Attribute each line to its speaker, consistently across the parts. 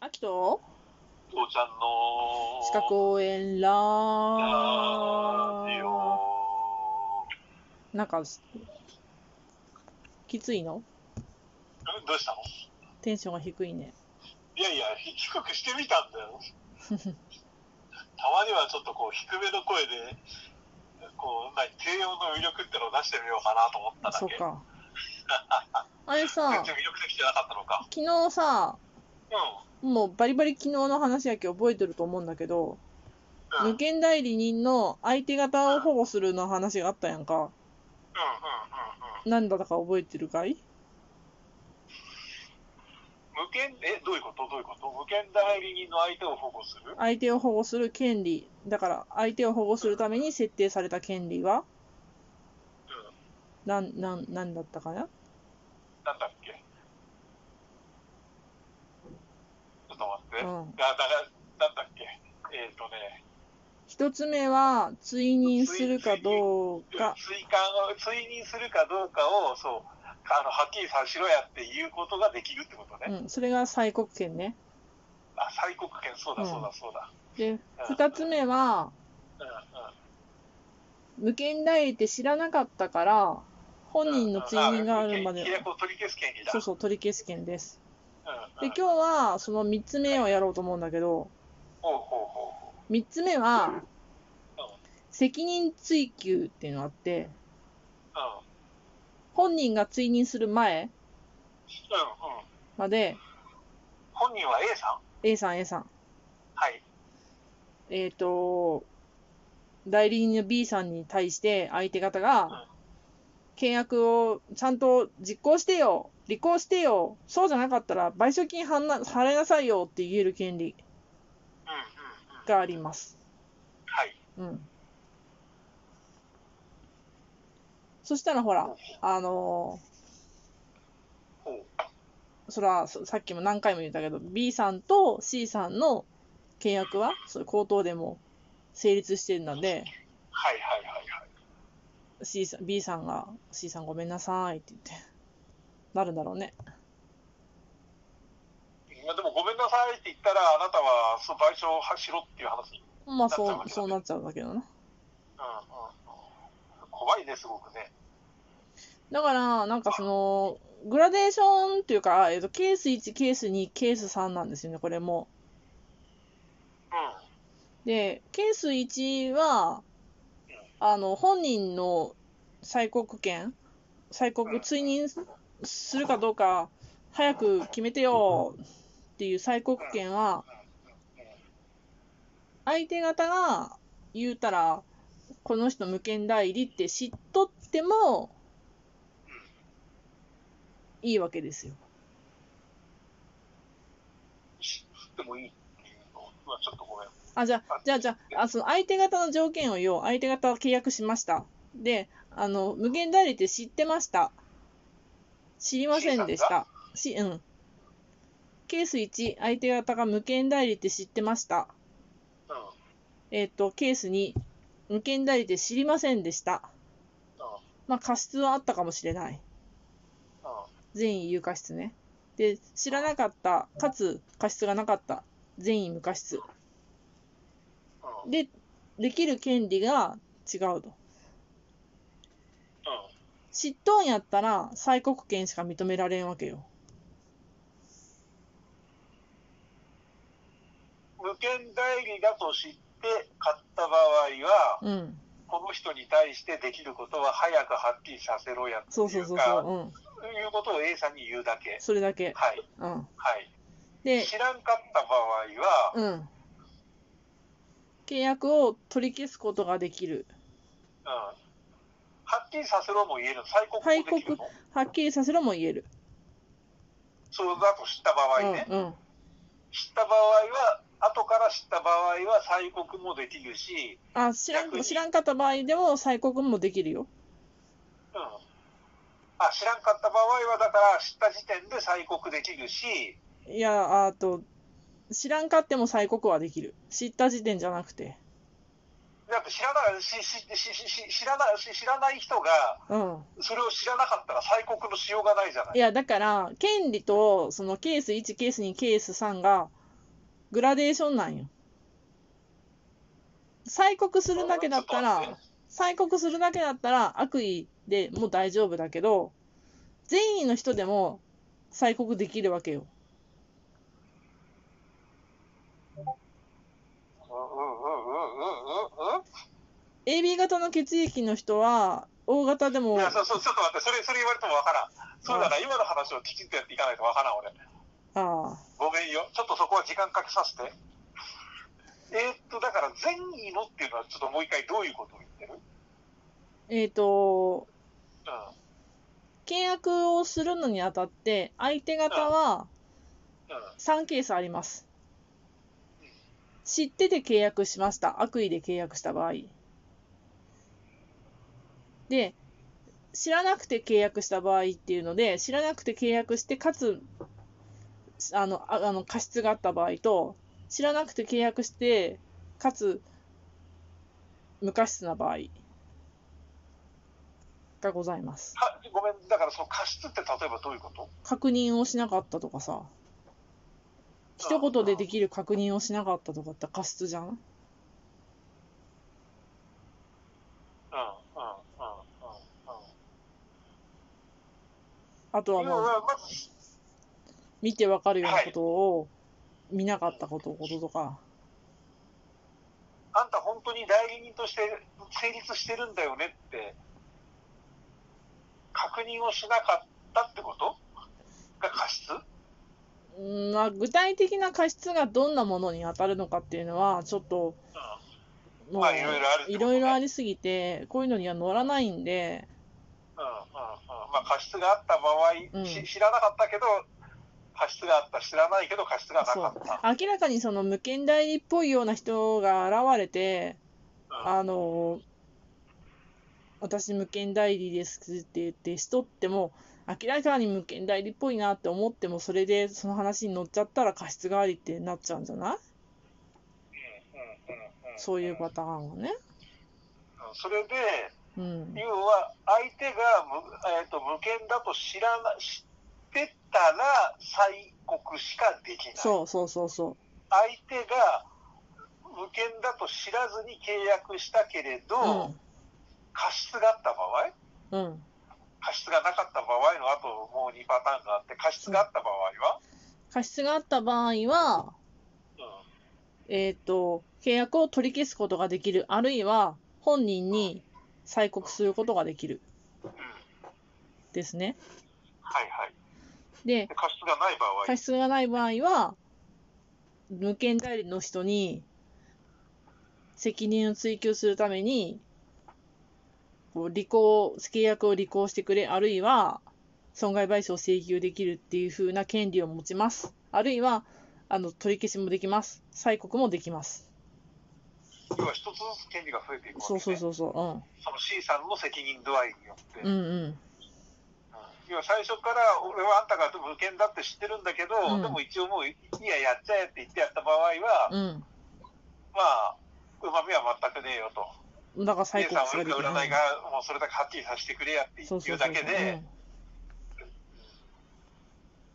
Speaker 1: あきと
Speaker 2: 父ちゃんの
Speaker 1: 鹿公園ラ
Speaker 2: ラジ
Speaker 1: ー
Speaker 2: オ
Speaker 1: なんかきついの
Speaker 2: うんどうしたの
Speaker 1: テンションが低いね
Speaker 2: いやいやひ低くしてみたんだ よたまにはちょっとこう低めの声でこう何低音の魅力ってのを出してみようかなと思っただ
Speaker 1: そっ
Speaker 2: け
Speaker 1: かあれさ
Speaker 2: 全然魅力的じゃなかったのか
Speaker 1: 昨日さ
Speaker 2: う
Speaker 1: もうバリバリ昨日の話やけ覚えてると思うんだけど
Speaker 2: んうんうんうんうん
Speaker 1: 無限代理人の相手方を保護するの話があったやんか
Speaker 2: うんうん
Speaker 1: なんだか覚えてるかい
Speaker 2: 無限えどういうことどういうこと無限代理人の相手を保護する
Speaker 1: 相手を保護する権利だから相手を保護するために設定された権利はなんなんなんだったかな
Speaker 2: なんだっけちょっと待って、
Speaker 1: うん
Speaker 2: あだからなんだっけえっ、とね
Speaker 1: 一つ目は追認するかどうか
Speaker 2: 追加を追認するかどうかをそうあのはっきりさしろやっていうことができるってこと
Speaker 1: う
Speaker 2: ね、
Speaker 1: ん、それが最国権ね。
Speaker 2: あ最国権そうだ
Speaker 1: うん
Speaker 2: そうだそうだ、
Speaker 1: で、二つ目は、
Speaker 2: うんう
Speaker 1: 無権代理って知らなかったから、本人の追認があるまで
Speaker 2: 契、約を取り消す権利だ
Speaker 1: そうそう、取り消す権です。
Speaker 2: うんう
Speaker 1: で
Speaker 2: ん、、
Speaker 1: 今日は、その三つ目をやろうと思うんだけど、
Speaker 2: ほうほうほうほう
Speaker 1: 三つ目は、責任追及っていうのがあって、
Speaker 2: うん
Speaker 1: 本人が追認する前
Speaker 2: うんうん
Speaker 1: まで、
Speaker 2: 本人は A さん
Speaker 1: A さん、A さん、
Speaker 2: はい
Speaker 1: えっ、と、代理人の B さんに対して相手方が、契約をちゃんと実行してよ、履行してよ、そうじゃなかったら賠償金はんな払いなさいよって言える権利
Speaker 2: うんうんうん
Speaker 1: があります。
Speaker 2: はい
Speaker 1: うん。そしたらほら、あの
Speaker 2: ほう
Speaker 1: ーそら、そさっきも何回も言ったけど、B さんと C さんの契約は、そういう口頭でも成立してるので、
Speaker 2: はいはいはいはい
Speaker 1: C さん B さんが C さんごめんなさいって言ってなるんだろうね
Speaker 2: まあでもごめんなさいって言ったらあなたはそう賠償はしろっていう話に
Speaker 1: まあそ
Speaker 2: なっちゃ
Speaker 1: うそ
Speaker 2: うわけだ
Speaker 1: うなっちゃうんだけどな
Speaker 2: うんうんうん怖いねすごくね
Speaker 1: だからなんかそのグラデーションっていうか、えっとケース1ケース2ケース3なんですよねこれも
Speaker 2: うんうん
Speaker 1: でケース1はあの本人の催告権催告追認するかどうか早く決めてよっていう催告権は
Speaker 2: うん
Speaker 1: 相手方が言うたらこの人無権代理って知っとってもいいわけですよ。
Speaker 2: 知ってもいいっていうのはちょっとごめん。
Speaker 1: あじゃあじゃあじゃああその相手方の条件を言おう相手方は契約しましたであの無権代理って知ってました知りませんでしたし、うん、ケース1相手方が無権代理って知ってました
Speaker 2: うん、うん、
Speaker 1: えっ、とケース2無権代理って知りませんでしたまあ過失はあったかもしれない善意有過失ね。で、知らなかった、かつ過失がなかった、善意無過失。
Speaker 2: うん、うん、うん、
Speaker 1: で、できる権利が違うと。知っとんやったら、催告権しか認められんわけよ。
Speaker 2: 無権代理だと知って買った場合は、
Speaker 1: うん。
Speaker 2: この人に対してできることは早くはっきりさせろやって
Speaker 1: そう
Speaker 2: い
Speaker 1: そう
Speaker 2: う
Speaker 1: そう
Speaker 2: か、
Speaker 1: そう。うん。
Speaker 2: そういうことを A さんに言うだけ。
Speaker 1: それだけ。
Speaker 2: はい、
Speaker 1: うん。
Speaker 2: はい。
Speaker 1: で、
Speaker 2: 知らんかった場合は、
Speaker 1: うん。契約を取り消すことができる。
Speaker 2: うん、はっきりさせろも言える。催告もできる
Speaker 1: 催
Speaker 2: の。
Speaker 1: はっきりさせろも言える。
Speaker 2: そうだと知った場合ね。
Speaker 1: うんうん。
Speaker 2: 知った場合は、後から知った場合は催告もできるし、
Speaker 1: あ、知ら
Speaker 2: 逆
Speaker 1: ん、
Speaker 2: に
Speaker 1: 知らんかった場合でも催告もできるよ。
Speaker 2: うん、あ知らんかった場合は、だから知った時点で催告できるし、
Speaker 1: いや、あと、知らんかっても催告はできる。知った時点じゃなくて。
Speaker 2: だって知らないししししし知らないし知らない人が、
Speaker 1: うん。
Speaker 2: それを知らなかったら催告のしようがないじゃない
Speaker 1: い。や、だから、権利と、そのケース1、ケース2、ケース3が、グラデーションなんよ。催告するだけだったら、催告するだけだったら悪意でもう大丈夫だけど、善意の人でも催告できるわけよ。AB 型の血液の人は、O 型でも
Speaker 2: い、やそうそうちょっと待ってそれそれ言われてもわからんそうだな今の話をきちんとやっていかないとわからん俺
Speaker 1: あ
Speaker 2: ごめんよちょっとそこは時間かけさせてえー、っとだから善意のっていうのはちょっともう一回どういうことを言ってる
Speaker 1: えっ、と、
Speaker 2: うん
Speaker 1: 契約をするのにあたって、相手方は
Speaker 2: う
Speaker 1: 3ケースあります。知ってて契約しました。悪意で契約した場合。で、知らなくて契約した場合っていうので、知らなくて契約して、かつ、あの、ああの過失があった場合と、知らなくて契約して、かつ、無過失な場合がございます。
Speaker 2: かごめんだからその過失って例えばどういうこと
Speaker 1: 確認をしなかったとかさ一言でできる確認をしなかったとかって過失じゃん
Speaker 2: うんうんうんうん
Speaker 1: あとは
Speaker 2: うんいや
Speaker 1: もう
Speaker 2: まず
Speaker 1: 見てわかるようなことを見なかったことこととか
Speaker 2: あんた本当に代理人として成立してるんだよねって確認をしなかったってことが過失
Speaker 1: うんまあ具体的な過失がどんなものに当たるのかっていうのはちょっとも
Speaker 2: まあいろいろあるってことね
Speaker 1: いろいろありすぎてこういうのには乗らないんで
Speaker 2: うんうんうんまあ過失があった場合、
Speaker 1: うん
Speaker 2: し知らなかったけど過失があった知らないけど過失がな
Speaker 1: そ
Speaker 2: か
Speaker 1: う
Speaker 2: った
Speaker 1: 明らかにその無権代理っぽいような人が現れてあの、私無権代理ですって言って、しとっても、明らかに無権代理っぽいなって思っても、それでその話に乗っちゃったら過失がありってなっちゃうんじゃないそういう
Speaker 2: こ
Speaker 1: パターンはね。
Speaker 2: とそれで
Speaker 1: うん。
Speaker 2: 要は相手が無,、えー、と無権だと知らな知ってたら催告しかできない
Speaker 1: そうそうそうそ
Speaker 2: 相手が無権だと知らずに契約したけれど、
Speaker 1: う。うん。
Speaker 2: 過失があった場合
Speaker 1: うん。
Speaker 2: 過失がなかった場合のあともう2パターンがあって過失があった場合は、
Speaker 1: 過失があった場合は、
Speaker 2: う
Speaker 1: えっ、と、契約を取り消すことができる、あるいは本人に催告することができる。
Speaker 2: んうん
Speaker 1: ですね。
Speaker 2: はいはい
Speaker 1: で、
Speaker 2: で過失がない場合
Speaker 1: 過失がない場合は、無権代理の人に責任を追及するために、こう履行、契約を履行してくれ、あるいは損害賠償を請求できるっていう風な権利を持ちます。あるいは、あの、取り消しもできます。催告もできます。
Speaker 2: 要は一つずつ権利が増えていくわけ
Speaker 1: そう
Speaker 2: ね
Speaker 1: そうそうそ
Speaker 2: その C さんの責任度合いによって、
Speaker 1: う。うん。うん
Speaker 2: 要は最初から俺はあんたが無権だって知ってるんだけど、
Speaker 1: うん
Speaker 2: でも一応もういいややっちゃえって言ってやった場合は、
Speaker 1: うん。
Speaker 2: まあうまみは全くねえよと
Speaker 1: うん。だから
Speaker 2: A
Speaker 1: 催告
Speaker 2: さんは
Speaker 1: す
Speaker 2: 売
Speaker 1: る
Speaker 2: るか売らないかもうそれだけはっきりさせてくれやって
Speaker 1: そう
Speaker 2: い
Speaker 1: そううそう
Speaker 2: だ
Speaker 1: そう。
Speaker 2: けで
Speaker 1: うん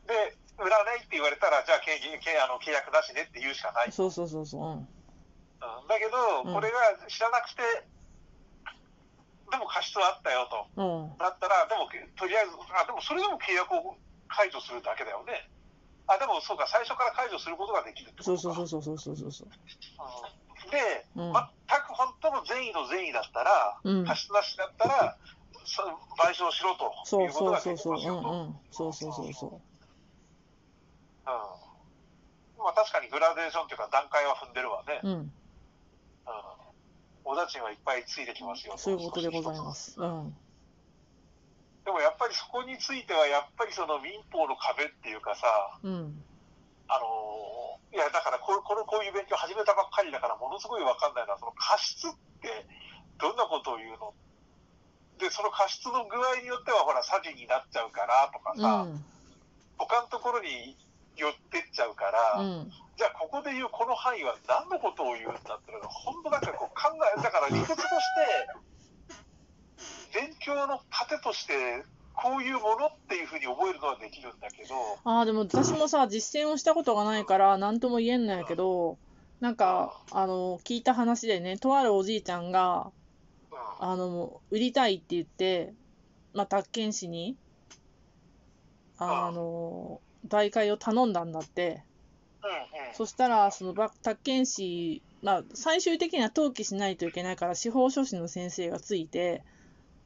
Speaker 2: で売らないって言われたらじゃあ契約契あの契約なしねって言うしかない、うん
Speaker 1: そうそうそうそう。うん。
Speaker 2: だけど、
Speaker 1: うん
Speaker 2: これが知らなくてでも過失はあったよ
Speaker 1: う
Speaker 2: と
Speaker 1: ん。
Speaker 2: だったら、でも、とりあえず、あ、でもそれでも契約を解除するだけだよね。あ、でもそうか、最初から解除することができるってこと
Speaker 1: そう
Speaker 2: か。
Speaker 1: そうそうそうそうそうそう。
Speaker 2: うんで、
Speaker 1: うん。
Speaker 2: 全く本当の善意の善意だったら、
Speaker 1: うん。
Speaker 2: 過失なしだったら、そ賠償しろと
Speaker 1: そ
Speaker 2: いううこと
Speaker 1: そう
Speaker 2: が
Speaker 1: そ
Speaker 2: で
Speaker 1: う
Speaker 2: き
Speaker 1: そう、
Speaker 2: ま
Speaker 1: う
Speaker 2: すよと。うん
Speaker 1: んうん、そうそうそうそ
Speaker 2: まあ確かにグラデーションというか段階は踏んでるわね。
Speaker 1: う、うん、
Speaker 2: うん。おだちんはいっぱいついてきますよ。
Speaker 1: そういうことでございます。うん、
Speaker 2: でもやっぱりそこについては、やっぱりその民法の壁っていうかさ、
Speaker 1: うん、
Speaker 2: あのーいや、だからこうこの、こういう勉強始めたばっかりだから、ものすごいわかんないのは、その過失ってどんなことを言うので、その過失の具合によっては、ほら、詐欺になっちゃうからとか
Speaker 1: う
Speaker 2: さ、
Speaker 1: ん、
Speaker 2: 他のところに寄ってっちゃうか
Speaker 1: う
Speaker 2: ら、
Speaker 1: ん、
Speaker 2: じゃあ、ここで言うこの範囲は何のことを言うんだっていうのが、本当なんかこう考え、だから理屈として、勉強の糧として、こういうものっていうふうに覚えるのはできるんだけど、
Speaker 1: ああ、でも私もさ、実践をしたことがないから、なんとも言えんのやけど、なんか、あの、聞いた話でね、とあるおじいちゃんが、
Speaker 2: うん、
Speaker 1: あの、売りたいって言って、まあ、宅建士に、あの、大会を頼んだんだって。
Speaker 2: うん、うん、
Speaker 1: そしたら、その、ば宅建士、まあ、最終的には登記しないといけないから、司法書士の先生がついて、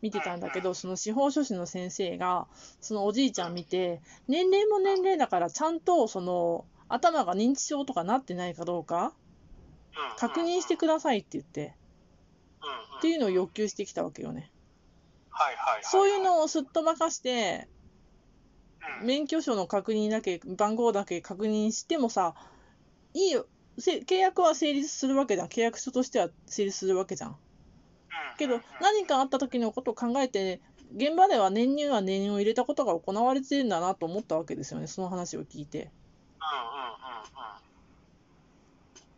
Speaker 1: 見てたんだけど、その司法書士の先生が、そのおじいちゃん見て、年齢も年齢だから、ちゃんと、その、頭が認知症とかなってないかどうか、
Speaker 2: うん
Speaker 1: 確認してくださいって言って、
Speaker 2: うんうん
Speaker 1: っていうのを要求してきたわけよね。
Speaker 2: はいはいはいはい、
Speaker 1: そういう
Speaker 2: を、
Speaker 1: のをすっとばかして、
Speaker 2: うん
Speaker 1: 免許証の確認だけ、番号だけ確認してもさ、いいよ、せ契約は成立するわけじゃん。契約書としては成立するわけじゃん。け
Speaker 2: う
Speaker 1: ど
Speaker 2: ん、
Speaker 1: 何かあった時のことを考えて、現場では年入は年入を入れたことが行われてるんだなと思ったわけですよね、その話を聞いて。
Speaker 2: うんうんうん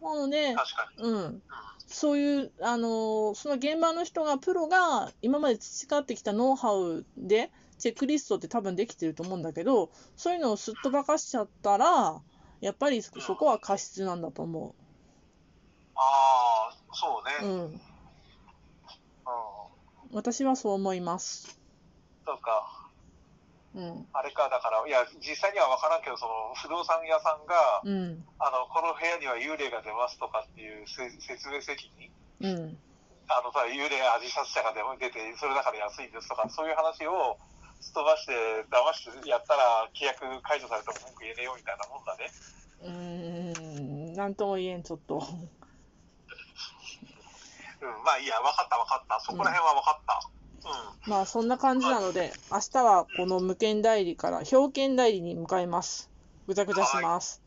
Speaker 1: なの
Speaker 2: う
Speaker 1: で
Speaker 2: ん、、確かに。
Speaker 1: うん、そういう、あのーその現場の人が、プロが今まで培ってきたノウハウで、チェックリストって多分できてると思うんだけど、そういうのをすっとばかしちゃったら、やっぱりそそこは過失なんだと思
Speaker 2: ああ、そう
Speaker 1: う。
Speaker 2: ね。うん。
Speaker 1: うん。私はそう思います。
Speaker 2: なんか、
Speaker 1: うん。
Speaker 2: あれか、だから、いや、実際には分からんけど、その不動産屋さんが、
Speaker 1: うん。
Speaker 2: あの、この部屋には幽霊が出ますとかっていうせ説明責
Speaker 1: う
Speaker 2: 任、
Speaker 1: ん。
Speaker 2: あの、さ幽霊や自殺者が出出て、それだから安いですとか、そういう話を、すっ飛ばして、騙してやったら、契約解除されても文句言えねえよみたいなもんだね。
Speaker 1: うーん。なんとも言えん、ちょっと。
Speaker 2: うん、まあいいや、分かった分かった。そこら辺は分かった。うん。
Speaker 1: まあ、そんな感じなので、明日はこの無権代理から、表権代理に向かいます。ぐちゃぐちゃします。